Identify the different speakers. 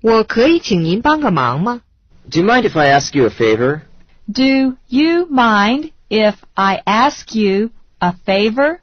Speaker 1: 我可以请您帮个忙吗
Speaker 2: Do you mind if I ask you a favor?
Speaker 3: Do you mind if I ask you a favor?